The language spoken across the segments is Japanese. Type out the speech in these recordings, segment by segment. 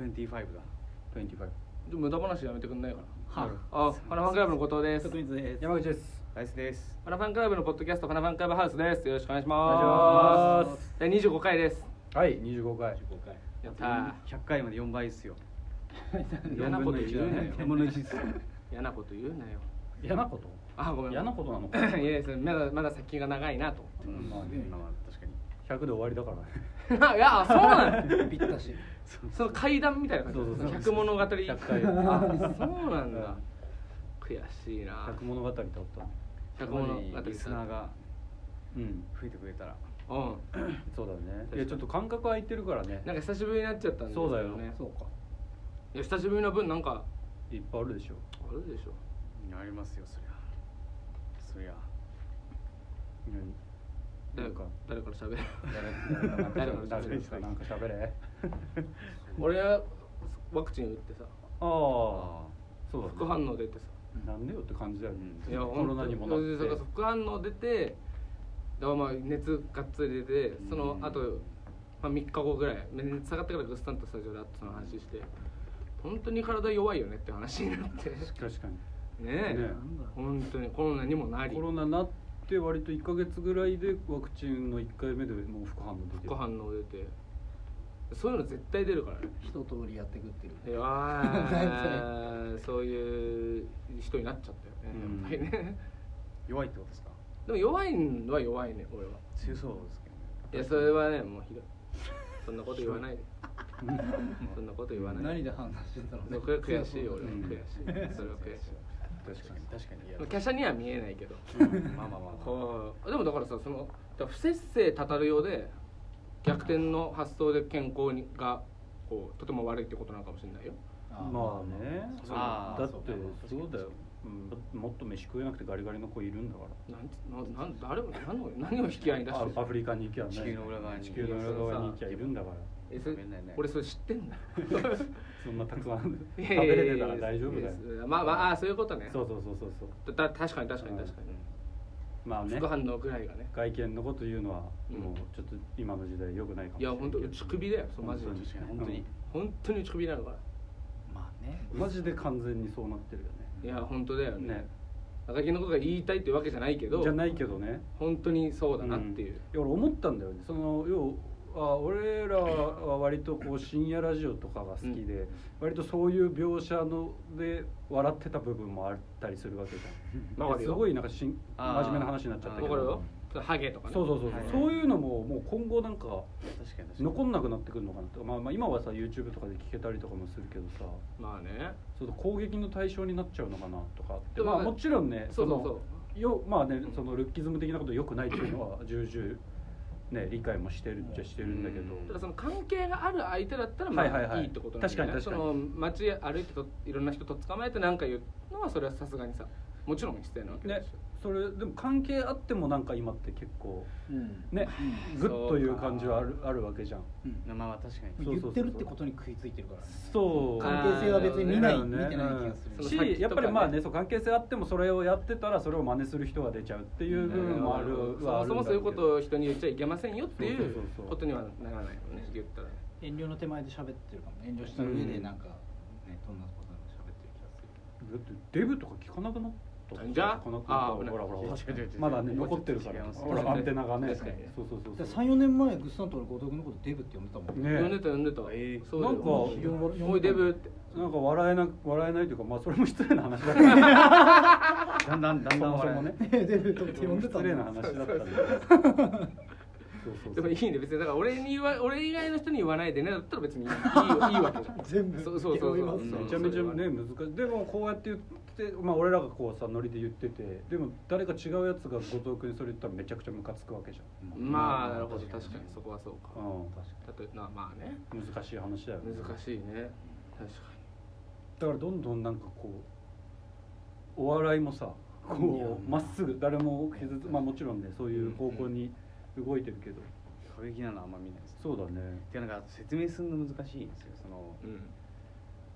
25だ25でも無駄話やめてくんないかはなあファナファンクラブの後藤です特にです山口ですライスですファナファンクラブのポッドキャストファナファンクラブハウスですよろしくお願いしお願いまします第25回ですはい25回5回やったー100回まで4倍です よ嫌なこと言うなよ4分の1ですよ嫌なこと言うなよ嫌なことあごめん嫌なことなのか いやいやそれまだまだ先が長いなと うんまあねまあ確かに100で終わりだからねいやそうなんだぴったしその階段みたいな感じそうそうそう百物語あそう100回なんだ悔しいな100物語ってあったね百物語やっぱりリスナーがうん増えてくれたらうんそうだねかにいやちょっと感覚空いてるからねなんか久しぶりになっちゃったんですよねそうだよそうかいや久しぶりの分なんかいっぱいあるでしょあるでしょありますよそりゃそりゃうん誰なんかか誰から喋る 誰か誰かなんか喋れ俺はワクチン打ってさああそうだね副反応出てさなんでよって感じだよねうんいやコロナにもな本当にそれっこそ副反応出てだからまあ熱がっつり出てそのうん後、まあ3日後ぐらい熱下がってからグッスタンとスタジオで会ってその話して本当に体弱いよねって話にな ってねて確かにえね本当にコロナにもなりコロナなって割と1か月ぐらいでワクチンの1回目でもう副反応出て副反応出てそういうの絶対出るからね一通りやってくってるいやーそういう人になっちゃったよね、うんやっぱりね弱いってことですかでも弱いのは弱いね俺は強そうですけいやそれはねもうひどいそんなこと言わないでうんそんなこと言わない何で判断してたのそれ悔しいよ俺はうん悔しいそれは悔し確かにど確かにい華奢には見えないけど うんまあまあまあこうでもだからさそのだから不摂生たたるようで逆転の発想で健康にがこうとても悪いってことなのかもしれないよまあねそうあーだってそうかそうだよ、うん、もっと飯食えなくてガリガリの子いるんだからなんつなんなん誰も何を何を引き合いに出してるあアフリカに行きゃね地球の裏側に地球の裏側に行きゃいるんだからえそれごめんね俺それ知って んだそんなたくさんい食やいやいべやれてたら大丈夫だよいやまあまああそういうことねそうそうそうそうそうだ確かに確かに確かに、まあね副反応ぐらいがね外見のこと言うのはうんもうちょっと今の時代良くないかもいしれやない本当打ち首だよそうマジで確かに本当に本当に打ち首なのからまあねマジで完全にそうなってるよいや本当だよねねね赤木のことが言いたいってわけじゃないけどじゃないけどね本当にそうだなっていう、うんや俺思ったんだよねその要は俺らは割とこう深夜ラジオとかが好きで、割とそういう描写ので笑ってた部分もあったりするわけじゃ んわかるよすごいなんかしんあー真面目な話になっちゃったけわどかるよハゲとかねそうそうそうそはう、いそういうのももう今後なんか確かに確かに残んなくなってくるのかなとか、まあ、まあ今はさ YouTube とかで聞けたりとかもするけどさまあねちょっと攻撃の対象になっちゃうのかなとかってでもまあもちろんねそうそうのそうよまあねそのルッキズム的なこと良くないっていうのは重々ね理解もしてるっちゃしてるんだけど、うんただその関係がある相手だったらまあ、はいはいはいいってことなんだよね確かに確かにその街歩いてといろんな人と捕まえて何か言うのはそれはさすがにさもちろん必要なわけだねし、それでも関係あってもなんか今って結構うんねうんグッといそううか感じはあるあるわけじゃんうんまあまあ確かにそう言ってるってことに食いついてるからねそうあ関係性は別に見だないよね見てない気がすうんそるの先とかねしやっぱりまあねそう関係性あってもそれをやってたらそれを真似する人が出ちゃうっていう部分もあるそはあもるんそもそだろうけどういうことを人に言っちゃいけませんよっていそううそうそうそうことにはならないよね言ったらね遠慮の手前で喋ってるかも遠慮した上うでんなんかねどんなことだでも喋ってる気がするってデブとか聞かなくなったじゃあ聞かなくあー危ないなったほらほらほら違う違う違うまだね残ってるか違いらますほらアンテナがね確かにそうそうそうそだうから34年前グッサンと俺後藤君のことデブって呼んでたもんね読んでた読んでた、えーそうだよなんかおいデブってなんか笑えな笑えないというかまあそれも失礼な話だからだんだんだんだんそも笑そもえないねねデブって呼んでた失礼なもん話だったんだけどそうそでうそもういいね別にだから俺に言わ俺以外の人に言わないでねだったら別にいいいい いいわけじゃん全部そうそうそうそう読みめますちゃめちゃそうね難しいでもこうやって言ってまあ俺らがこうさノリで言っててでも誰か違うやつが後藤君にそれ言ったらめちゃくちゃムカつくわけじゃまあなるほど確かにそこはそうかん、うん、例えばまあね難しい話だよね難しいね確かだからどんどんなんかこうお笑いもさこうまっすぐ誰も傷つまあもちろんねそういう方向に動いてるけど、過激なのあんま見ないですそうだねてかなんか説明するの難しいんですよそのに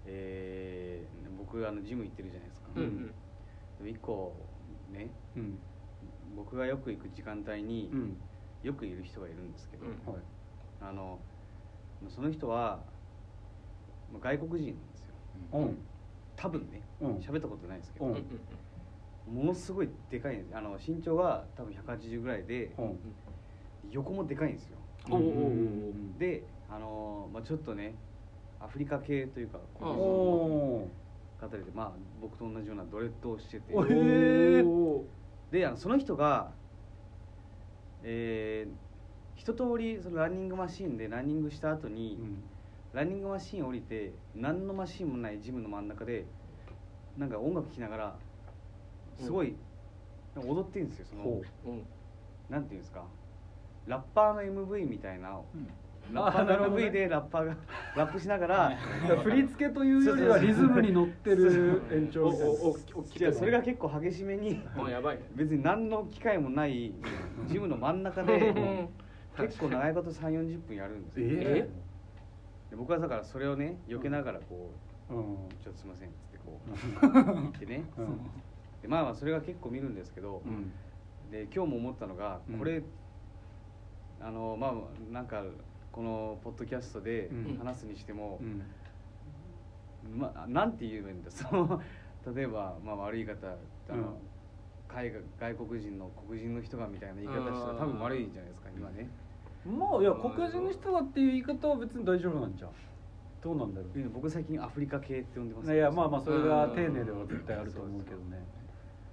えー、僕あのジム行ってるじゃないですか、うん、うんでも一個ねうん僕がよく行く時間帯にうんよくいる人がいるんですけど、うんはいあのその人は、まあ外国人なんですようん多分ねうん喋ったことないですけど、うんうんものすごいでかいんですあの身長が多分180ぐらいで、うん横もでかいんですよおうおうおうおうであのーまあ、ちょっとねアフリカ系というかああ黒人のお方でまあ僕と同じようなドレッドをしてておうんうんへーおうであのその人がえー一通りそのランニングマシーンでランニングした後に、ランニングマシーン降りて何のマシーンもないジムの真ん中でなんか音楽聴きながらすごい、なんか踊ってるんですよそのほおううんなんていうんですかラッパーの MV みたいなうんラッパあなーるほのどね MV でラッパーがラップしながら振り付けというよりはリズムに乗ってる延長みたいなおおおおいやそれが結構激しめにあやばいね別に何の機会もないジムの真ん中で結構長いこと3 4 0分やるんですよ、えで僕はだからそれをね避けながらこうんう「ちょっとすいません」っつってこうう行ってねんでまあまあそれが結構見るんですけど、うんで今日も思ったのがうんこれ、あのまあなんかこのポッドキャストでうん話すにしてもう、んまあなんて言えばいいんだその例えば、まあ、悪い言い方あの、うん海外外国人の黒人の人がみたいな言い方したらあー多分悪いんじゃないですか今ね、まあいや黒人の人だっていう言い方は別に大丈夫なんじゃんどうなんだろというの僕最近アフリカ系って呼んでますういやまあまあそれが丁寧では絶対あると思うけどね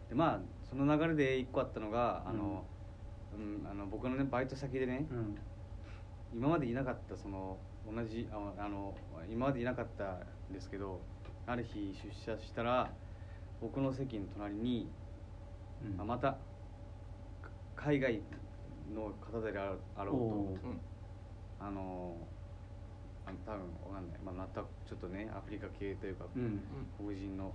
でまあその流れで一個あったのがあの、うんあの僕のねバイト先でね、うん今までいなかったその同じああの今までいなかったんですけどある日出社したら僕の席の隣に、うんあまたか海外の方であろあろうおとううんあのあの多分わかんない、まあ、またちょっとねアフリカ系というか、うん黒人の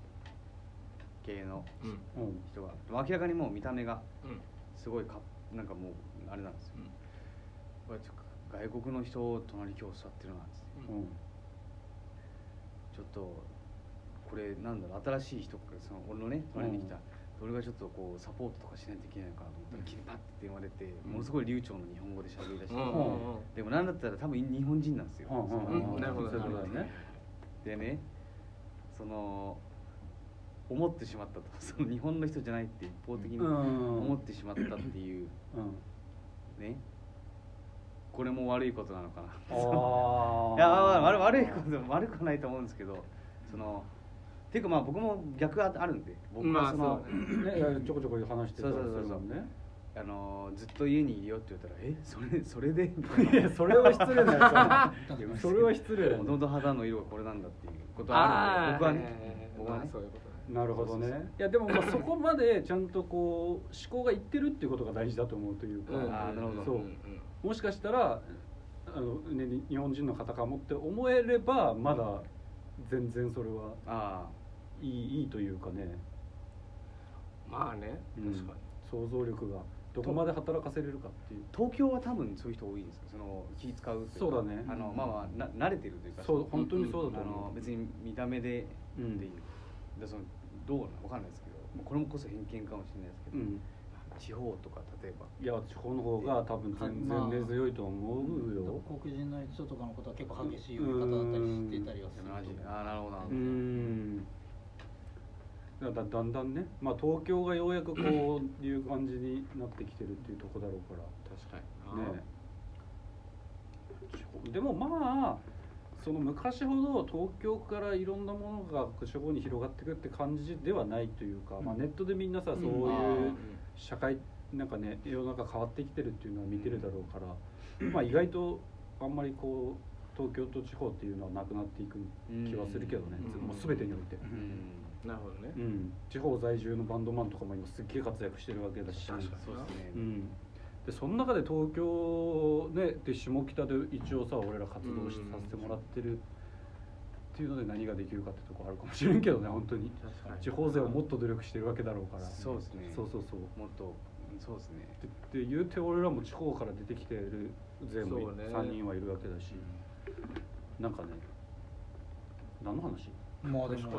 系のうんうん人が明らかにもう見た目がうんすごいかなんかもうあれなんですよ、うわちょ外国の人隣今日座ってるなっつってうんうんちょっとこれなんだろう新しい人からその俺のね隣に来た、俺がちょっとこうサポートとかしないといけないのかなと思ったら、急にパッて電話出て、うんものすごい流暢の日本語で喋りだして、うんうんでもなんだったら多分日本人なんですよ、うんそうんのうんなるほどそういうことだねでねその思ってしまったとその日本の人じゃないって一方的にうん思ってしまったっていううんねこれも悪いことなのかなあーいやまあ悪悪いこと悪くはないと思うんですけどそのっていうかまあ僕も逆ああるんで僕まはあその、そうねねいやちょこちょこ話してたらそうそうそうそうれもねあのずっと家にいるよって言ったら「えそれそれで?」いやそれは失礼だよ それは失礼だよもともと肌の色がこれなんだっていうことはあるあんーで僕はね僕はいやいやいやまあねそういうことねなるほどねいやでもまあそこまでちゃんとこう思考がいってるっていうことが大事だと思うというか、んあーなるほどそううんうんもしかしたらあの、ね、に日本人の方かもって思えればまだ全然それはあいいいいというかね、まあねうん確かに想像力がどこまで働かせれるかっていうあ東京は多分そういう人多いですよその気使うといかそうだねあのまあまあな慣れてるというかそう本当にそうだとあ思う、の別に見た目でっていう、うんでそのどうなのわかんないですけどもうこれもこそ偏見かもしれないですけど、うん、地方とか例えばいや地方の方が多分全然根強いと思うよ、黒人の人とかのことは結構激しい呼び方だったりしていたりはするマジでああなるほどなるほうどんだだだんだんね、まあ、東京がようやくこういう感じになってきてるっていうとこだろうから確かになねでもまあその昔ほど東京からいろんなものが地方に広がってくって感じではないというか、まあ、ネットでみんなさそういこううん社会なんかね世の中変わってきてるっていうのは見てるだろうから、まあ、意外とあんまりこう東京と地方っていうのはなくなっていく気はするけどね、うんもう全てにおいて、うんなるほどねうん、地方在住のバンドマンとかも今すっげえ活躍してるわけだし確かにそうですね、うん、でその中で東京、ね、で下北で一応さ俺ら活動しうんさせてもらってるっていうので何ができるかってとこあるかもしれんけどね本当に確かに地方勢はもっと努力してるわけだろうからそうですねそうそうそうもっとそうですねでで言うて俺らも地方から出てきてる勢もそうね3人はいるわけだし、なんかね何の話まあでもうん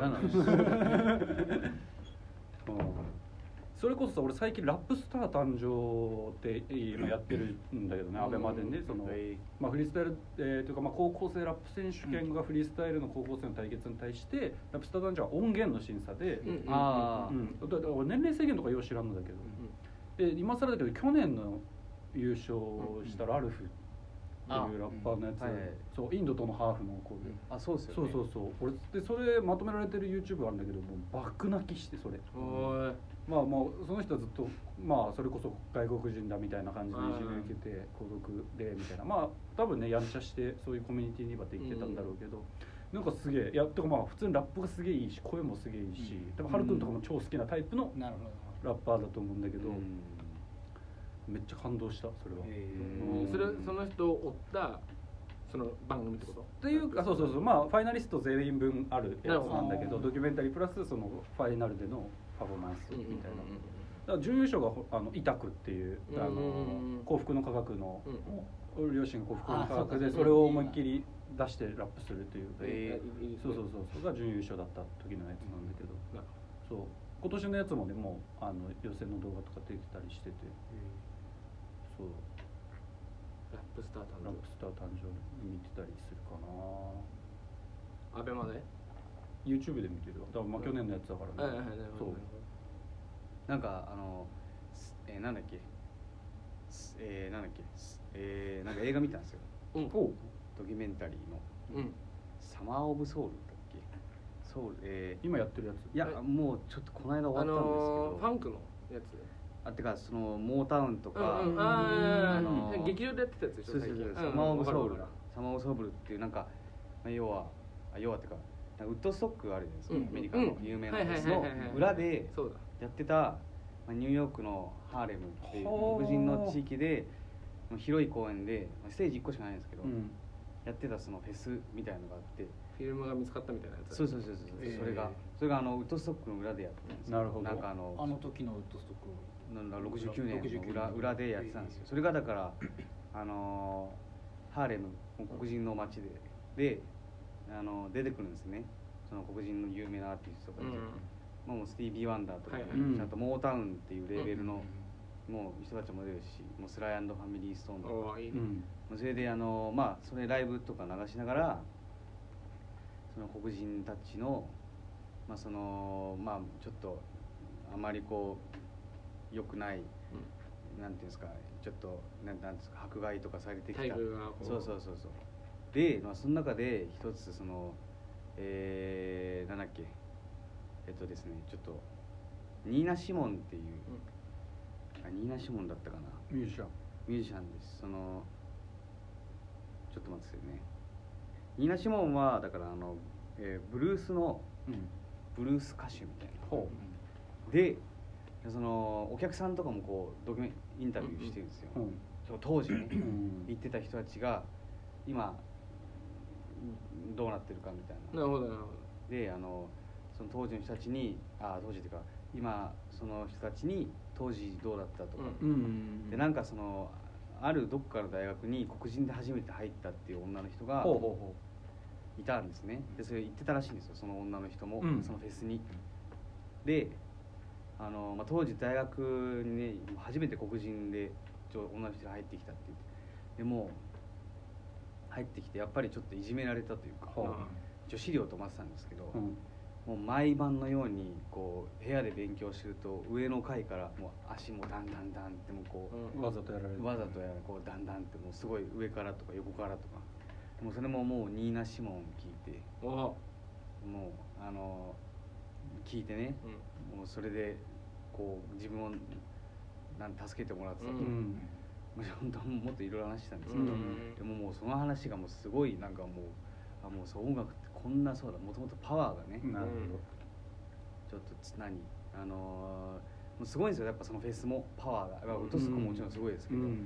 それこそさ俺最近「ラップスター誕生」って今やってるんだけどね、うんアベマでねその、まあ、フリースタイル、えーというかまあ高校生ラップ選手権がフリースタイルの高校生の対決に対して「ラップスター誕生」は音源の審査で、うんああ、うん、だだ俺年齢制限とかよう知らんのだけど、で今更だけど去年の優勝したラルフっていうラッパーのやつ、あうんはいはいそうインドとのハーフの子で、あそうですよねそうそうそう俺でそれまとめられてる YouTube あるんだけどもうバック泣きしてそれおーいまあもうその人はずっとまあそれこそ外国人だみたいな感じのいじめ受けて孤独でみたいなまあ多分ねやんちゃしてそういうコミュニティにはできてたんだろうけど、なんかすげえいやとかまあ普通にラップがすげえいいし声もすげえいいし、うん多分ハルくんとかも超好きなタイプの なるほラッパーだと思うんだけど、うんめっちゃ感動したそれはど。。へうんそれその人を追ったその番組ってことというかそうそうそうまあファイナリスト全員分あるやつなんだけなるほどどドキュメンタリープラスそのファイナルでのパフォーマンスうんうんうんみたいな。だから準優勝がほあのイタクっていうあうんうんうのん幸福の科学のうん俺両親が幸福の科あそうか学でそうかそれを思いっきり出してラップするという、えいいいいですそねうそうそうそれが準優勝だった時のやつなんだけど、なそう今年のやつもねもうあの予選の動画とか出てたりしててそうラップスター誕ラップスター誕生見てたりするかな生アベマで YouTube で見てるわだからまあ去年のやつだからはいね、はいはいなるそほどなうるほどなんかあの、すえー、なんだっけ、すえー、なんだっけ、すえー、なんか映画見たんですよ。うんドキュメンタリーのうんサマーオブソウルだっけ。ソウル、えー、今やってるやついや、はいもうちょっとこの間終わあったんですけのどー、ファンクのやつあてかそのモータウンとうか、んうんあああのー劇場でやってたやつでしそょうそう最そう近サマーオブソウルだサマーオブソウルっていうなんか、まあ、要はあ要はっていうかなんかウッドストックがあるじゃないですか、うんアメリカの有名なやつうんのはいはいはいはい裏でそうだやってた、まあ、ニューヨークのハーレムっていうほう黒人の地域でまあ広い公園で、まあ、ステージ1個しかないんですけど、うんやってたそのフェスみたいのがあってフィルムが見つかったみたいなやつそうそうそうそう、えーそれがそれがあのウッドストックの裏でやってたんですよなるほどなんかああの時のウッドストックなんだ69年の裏69裏でやってたんですよそれがだからあのーハーレム黒人の街でで、あのー出てくるんですねその黒人の有名なアーティストとうかんで、まあ、もうスティービー・ワンダーとか、はいはいあとモータウンっていうレーベルうのん、もう人たちも出るしもうスライファミリー・ストーンとかおーいいうねんまあそれであのまあそれライブとか流しながらその黒人たちのまあそのまあちょっとあまりこう良くない、なんていうんですかちょっとなんなんですか迫害とかされてきたタイプがこそうそうそうそうで、まあ、その中で一つそのえー、なんだっけえっとですねちょっとニーナ・シモンっていう、あニーナ・シモンだったかなミュージシャンミュージシャンですそのちょっと待ってくださいねニーナ・シモンはだからあの、えーブルースのうんブルース歌手みたいほなでそのお客さんとかもこうドキュメンインタビューしてるんですよ、ううんその当時ねうん行ってた人たちが今どうなってるかみたいななるほどなるほであのその当時の人たちにあ当時っていうか今その人たちに当時どうだったとか、うんうんでなんかそのあるどっかの大学に黒人で初めて入ったっていう女の人がほうほうほいたんですねでそれ言ってたらしいんですよその女の人も、うんそのフェスにであの、まあ、当時大学にね初めて黒人でちょ女の人が入ってきたって言ってでもう入ってきてやっぱりちょっといじめられたというかほう女子寮と思ってたんですけど、ううんもう毎晩のようにこう部屋で勉強してると上の階からもう足もだんだんだんってもうこう、どわざとやられるわざとやるこうだんだんってもうすごい上からとか横からとかもうそれももうニーナ・シモン聞いてうんおーもうあの聞いてねうんもうそれでこう自分をなん助けてもらってたと、、ううんん本当はもっといろいろ話してたんですうけど、んでももうその話がもうすごいなんかもうあもうそう音楽ってこんなそうだもともとパワーがね、なるちょっとつ何あのーもうすごいんですよやっぱそのフェスもパワーが落とす子ももちろんすごいですけほどうど、んも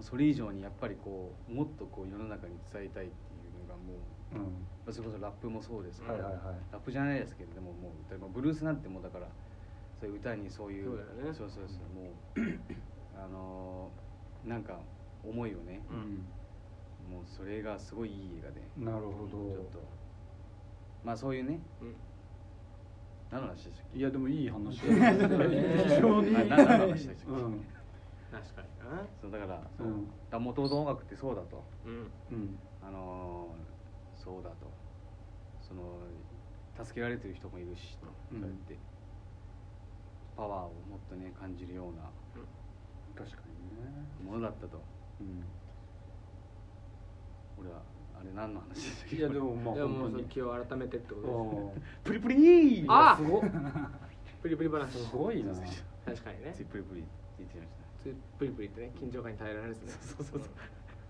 うそれ以上にやっぱりこうもっとこう世の中に伝えたいっていうのがもううんまあそれこそラップもそうですけど、はいはいはいラップじゃないですけどでももうでもブルースなんてもうだからそういう歌にそういうそうだよねそうそうそうもうあのーなんか思いをね、もうそれがすごいいい映画でなるほちょっどとまあそういうねうんな何の話でしたっけいやでもいい話だ ね非常に、う何ん、の話でしたっけ、確かになそうだからうんもともと音楽ってそうだとうんうんあのーそうだとその助けられてる人もいるしと、うんそうやってパワーをもっとね感じるような確かにね、ものだったとう俺はあれ何の話でしたっん、け いやでもまあでももう本そ当のに気を改めてってことであプリプリーあーいやすプリプリ話 すごいすごいな確かにねついプリプリって言ってましたついプリプリってね緊張感に耐えられずねそうそうそう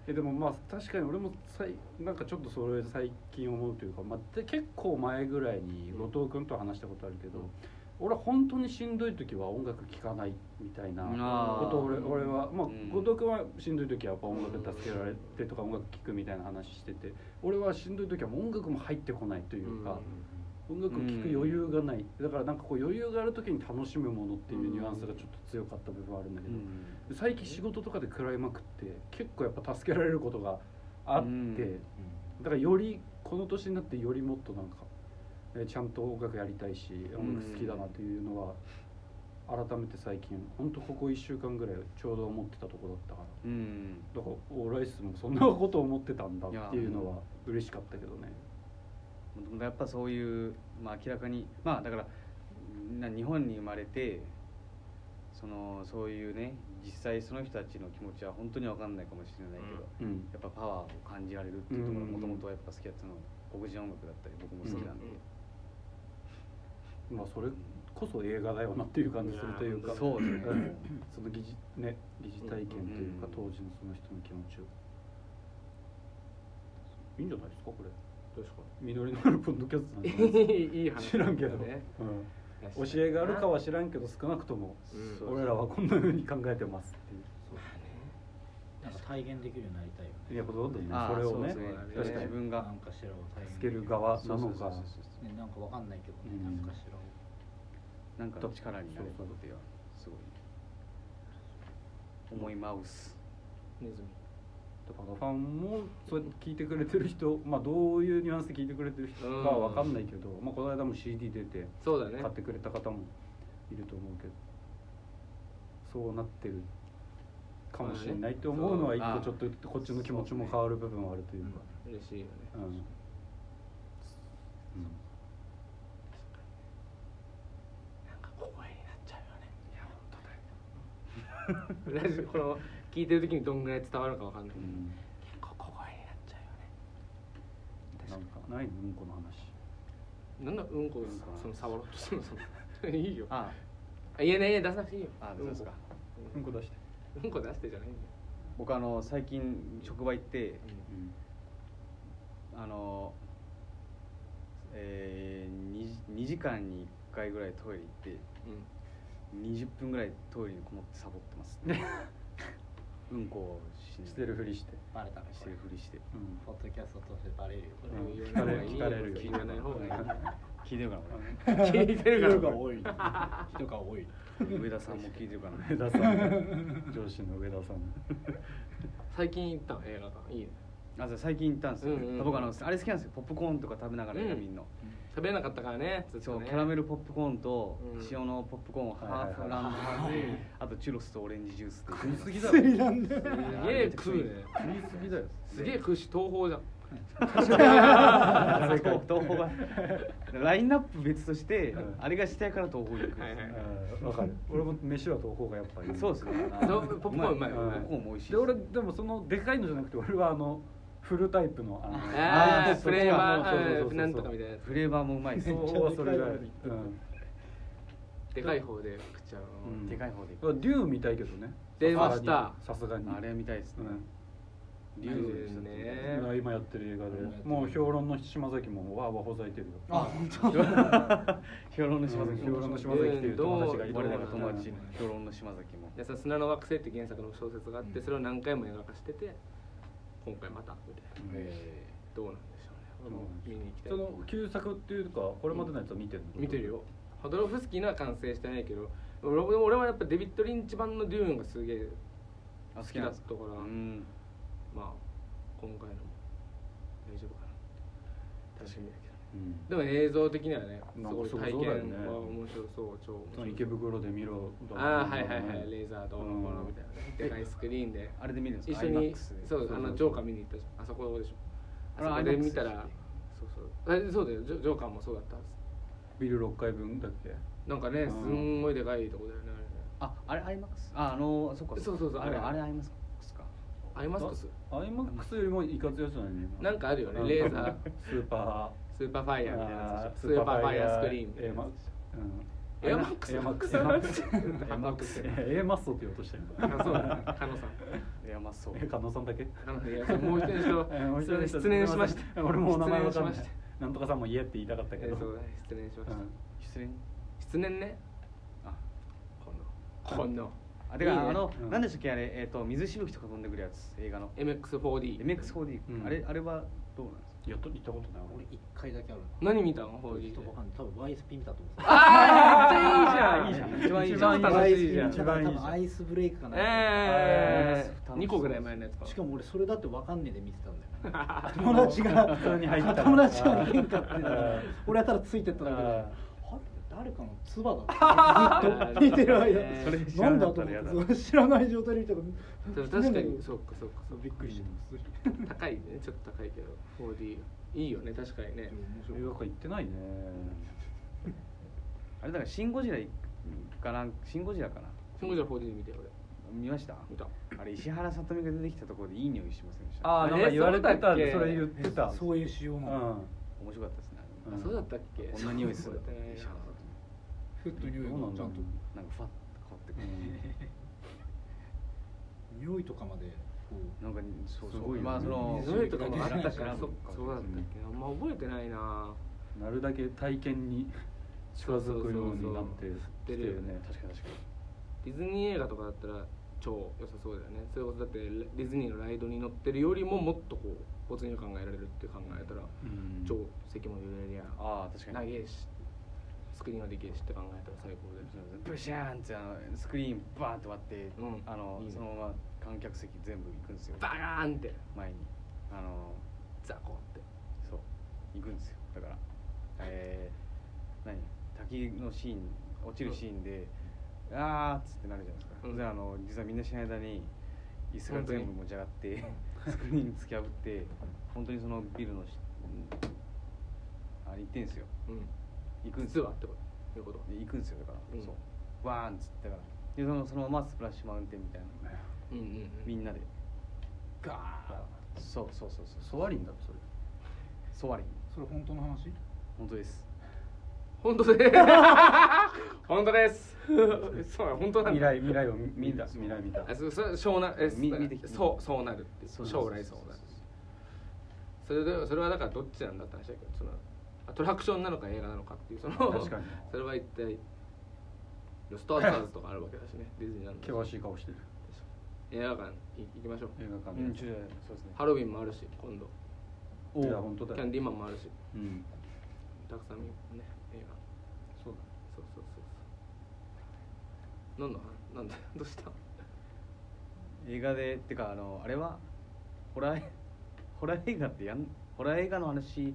えでもまあ確かに俺もさいなんかちょっとそれ最近思うというか、まあ、で結構前ぐらいに後藤君と話したことあるけど、うん俺は本当にしんどい時は音楽聴かないみたいなあーことを俺俺は、まあうん後藤君はしんどい時はやっぱ音楽助けられてとか音楽聴くみたいな話してて俺はしんどい時はもう音楽も入ってこないというか、音楽を聴く余裕がない、だからなんかこう余裕がある時に楽しむものっていうニュアンスがちょっと強かった部分はあるんだけど、最近仕事とかで食らいまくって結構やっぱ助けられることがあって、うんだからよりこの年になってよりもっとなんかえーちゃんと音楽やりたいし音楽好きだなというのは改めて最近ほんとここ1週間ぐらいちょうど思ってたとこだったからうんだからオーライスもそんなこと思ってたんだっていうのは嬉しかったけどね。うんやっぱそういう、まあ、明らかにまあだからな日本に生まれてそのそういうね実際その人たちの気持ちは本当に分かんないかもしれないけど、うんうんやっぱパワーを感じられるっていうところうんもともとやっぱ好きだったのは黒人音楽だったり僕も好きなんで、まあ、それこそ映画だよなっていう感じするというか、んそうですね、うんその疑似ね疑似体験というか、うん当時のその人の気持ちをいいんじゃないですかこれどうしよ実りのあるポッドキャストなん じゃないでういい話すか知らんけど、ねうん教えがあるかは知らんけど少なくともうんそう俺らはこんな風に考えてますっていうなんか体現できるようになりたいよねいやどんどんねああそれをねそうです確かに自分がなんかしらを体現つできける側なのそうかそうそうそうねなんかわかんないけどね、うんなんかしらをなんかの力になるっていうのはすごい思いますネズミだからファンもそうやって聞いてくれてる人、まあ、どういうニュアンスで聞いてくれてる人かは分かんないけど、まあ、この間も CD 出てそうだね買ってくれた方もいると思うけどそうなってるかもしれないって思うのは一そう個ちょっとこっちの気持ちも変わる部分はあるというか。嬉しいよねうんうんなんか公園になっちゃうよねいや本当だよラジ オこの聞いてる時にどんぐらい伝わるかわかんないけうど、ん結構公園になっちゃうなんかないのうんこの話よねなんだうんこをうんこその触ろうとするのその いいよああいやね出さなくていいよああそうですかうんこ出して、うんこ出してじゃないんだよ僕あの最近職場行ってうんあのえー、2, 時間に1回ぐらいトイレ行ってう20分ぐらいトイレにこもってサボってます、 うんこをしにしてるふりして、バレたらししててるふりしてうんポッドキャスト通してバレるよこれん、うん言わない方聞かれるがいい聞言かわれなるい方がいい聞いてるか聞いてるから多い人が多いなこれ上田さんも聞いてるかな上田さん上司の上田さん最近行ったの映画館いいねあそう最近行ったんですよ、うんうんうん僕あのあれ好きなんですよポップコーンとか食べながら映画見んの、食べれなかったからねずっそとうねキャラメルポップコーンとうん塩のポップコーンをハーフランドハーフあとチュロスとオレンジジュースって いう食いすぎだろすげえ食うね食いすぎだよすげえ食うし東宝じゃんあそう東宝がラインナップ別として、うんあれがしたいから東宝に行くんですよ、はいはいわかる俺も飯は東方がやっぱりそうですねそうポップコーンうまいよねポップコーンも美味しいで俺でもそのでかいのじゃなくて俺はあのフルタイプのあのあああーフレーバそうそうそうーそううんなんとかみたいなやフレーバーもうまいですそうはそれがうんつでかい方で食っちゃううのんでかい方で行くデュー見たいけどね出ましたさすがにあれみたいですね、竜ですねうん今やってる映画でもう評論の島崎もわーわーほざいてるよ本評論の島崎評論の島崎っていう友達がいる我らが友達うん評論の島崎もでさ「砂の惑星」って原作の小説があってそれを何回も映画化してて今回またみたいなえどうなんでしょうね俺も見に行きたいその旧作っていうかこれまでのやつは見てるの見てるよハドロフスキーのは完成してないけど俺俺はやっぱデビッド・リンチ版のデューンがすげえあ好好ききなだんっですたかからうまんあ今回のも大丈夫かなって楽しみだけどねうんでも映像的にはねすなんかごいそう体そうだよね験は面白そう超面そ白のい池袋で見ろああはいはいはいレいーザーどうのこうのみたいなねでかいスクリーンであれで見るんです一か緒に IMAX でそうそうあそうのジョーカー見に行ったじゃんあそこでしょあれあそこで IMAX 見たでしたらっそうそうあそうだよジョジョーカーもそうだったはずビル6回分だっけなんかねうんすんごいでかいとこだよねああれ IMAX ああのそっかっかそうそうそうあれああれれ IMAX かありますかス IMAX よりもいかついやつだよね今なんかあるよねレーザースーパスーパーファーイヤーみたいなやあつでしょスーパーファイヤースクリーエンマエアマックスエアマックスエアマックスハンマック スエマッソって言おうとしたよあそうだね加野さんいやまあそうえ加納さんだけ加野さんいやそうもう一人の人え失念しました 俺もお名前わ失かん念なしいましたなんとかさんも家って言いたかったけえどーそうだね失念しました失礼失念ねあこのこのあてかいいねあの、うんなんでしたっけあれえっ、と水しぶきとか飛んでくるやつ映画の MX4D MX4D、うんあれあれはどうなんですかやっと行ったことない俺俺一回だけある何見たの 4D ちょっとわかんない多分 YSP 見たと思うああめっちゃいいじゃんいいじゃん一番いい超楽しいじゃ YSP ん見たから多分アイスブレイクかな楽ええしそう二個ぐらい前のやつかしかも俺それだってわかんねえで見てたんだよ友友達達がが普通に入った友達が喧嘩ってたかあらー俺はただついてっただけであーあれ誰かの唾だったずっと見てる間それ知ならんなかだっとたら嫌だ思って知らない状態で見たかでらも確かにそうかそうかそうびっくりしてますか高いねちょっと高いけど 4D いいよね確かにね映画館行ってないねあれだからシンゴジラかなシンゴジラかなシンゴジラ 4D 見て俺見ました見たあれ石原さとみが出てきたところでいい匂いしませんでしたああなんか言われてたえーそそうだっけれ言ってたそういう仕様うなのん面白かったですねあれうんあそうだったっけこんな匂いするそうだったね石原さとふっと匂いがそうなんだちゃんとみなんかファッと変わって匂いとかまでこくるなんうかそうすすごごいいよねまあその匂いとかもあったしかならそそっっかかそうだったっけあんま覚えてないななるだけ体験 に近づくようになってきて出るよるねね確かに確かにディズニー映画とかだったら超良さそうだよねそれこそだってディズニーのライドに乗ってるよりももっとこう没入感が得られるって考えたらうん超席も揺れりゃああ確か長にえしスクリーンはでけえしって考えたら最高でブシャーンってあのスクリーンバーンって割って、うんあのいいねそのまま観客席全部行くんですよバカーンって前にあのザコってそう行くんですよだからえー、何滝のシーン落ちるシーンで、あーっつってなるじゃないですか、うんであの実はみんなしない間に椅子が本当に全部持ち上がって スクリーン突き破って本当にそのビルのしあれ行ってんすようん行くんです実よはってこということで行くんですよだから、うんそうワーンっつってだからでそのそのままスプラッシュマウンテンみたいなうんうんみうんんなでガーンそうそうそうそうソワリンだろそれソワリンそれ本当の話本当です本当で本当ですそう本当なん未だ来未来を見たそう未来見たあそうそうそうなえみ見てきてそうそうなるってそう将来そうなるそれでそれはだからどっちなんだって話だけどそのアトラクションなのか映画なのかっていうその確かに それは一体スター・ターズとかあるわけだ しねディズニーランド険だしい顔してる映画館い行きましょう映画館うんでちょっとそうですねハロウィンもあるし今度おいや本当キだャよンディーマンもあるしたうんくさん見るね映画そうそうそうそうそうなんだなんだ どうした映画でってかあのあれはホラーホラー映画ってやんホラー映画の話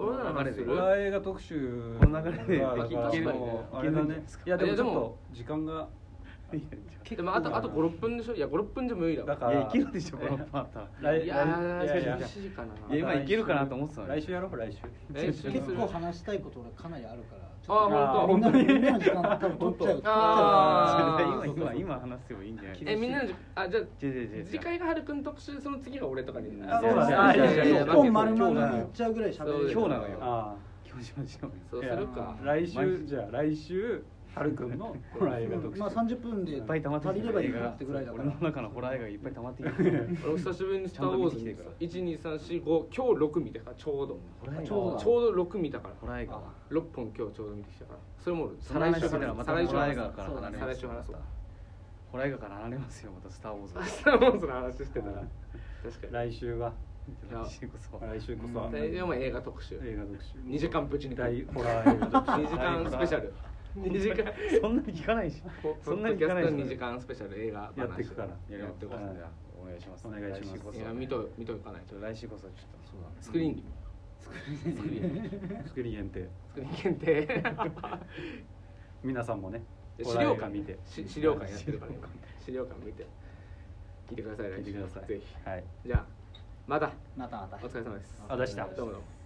俺らの話すだるホラー映画特集この流れでできあいけるあいけるれだんじゃないねですかいやでもいやちでょもっと時間がでもあとあと56分でしょいや56分じゃ無理だわだかいらやいけるでしょこのパート来いや来いやいーや厳しいかないや今いけるかなと思ってたのに来週やろう来週え結構話したいこと俺かなりあるからちょっとああ本ー本当にみんなの時間多分取っちゃう取っちゃ今あーうそうそう今そう今話せばいいんじゃないえみんなのじあじゃあ違う違う違う違う次回がはるくん特集その次が俺とかにあそうだねあいやいやいや一本丸々にいっちゃうぐらい喋れる今日なのよあ今日しましょうそうあするかいや来毎週日じゃあ来週はるくんのホラー映画特集まあ30分でいっぱい溜まって足りればいい映画ながってぐらいだから俺の中のホラー映画がいっぱい溜まってきて る俺久しぶりに「スター・ウォーズ」見てさ12345今日6見たからちょうどホラー映画ちょうどちょうど6見たからホラー映画6本今日ちょうど見てきたからそれも俺そ再の話来週したらま話た再来週ホラー映話画そうから離れ再ま来す週話そうホラー映画から離れますよまたスター・ウォーズあスター・ウォーズの話してたらうん確か来週はや来週こそ来週こそはにででも映画特集映画特集2時間プチに大2ホラー映画特集 時間スペシャル2時間そんなに聞かないしそそんんななにに聞キャかないスでしょト2時間スペシャル映画話やっていくからやりますはいじゃあお願いしますお願いしま来す週こそいや見と見といかないと来週こそちょっとそうだねスクリーンにス作りスクリーン限定作り限 定皆さんもね資料お館題見てし資料館やってるからね資料館見て聞いてください聞いてくださいぜはいひじゃあまたまたまたお疲れ様ですあ出したどうもどうも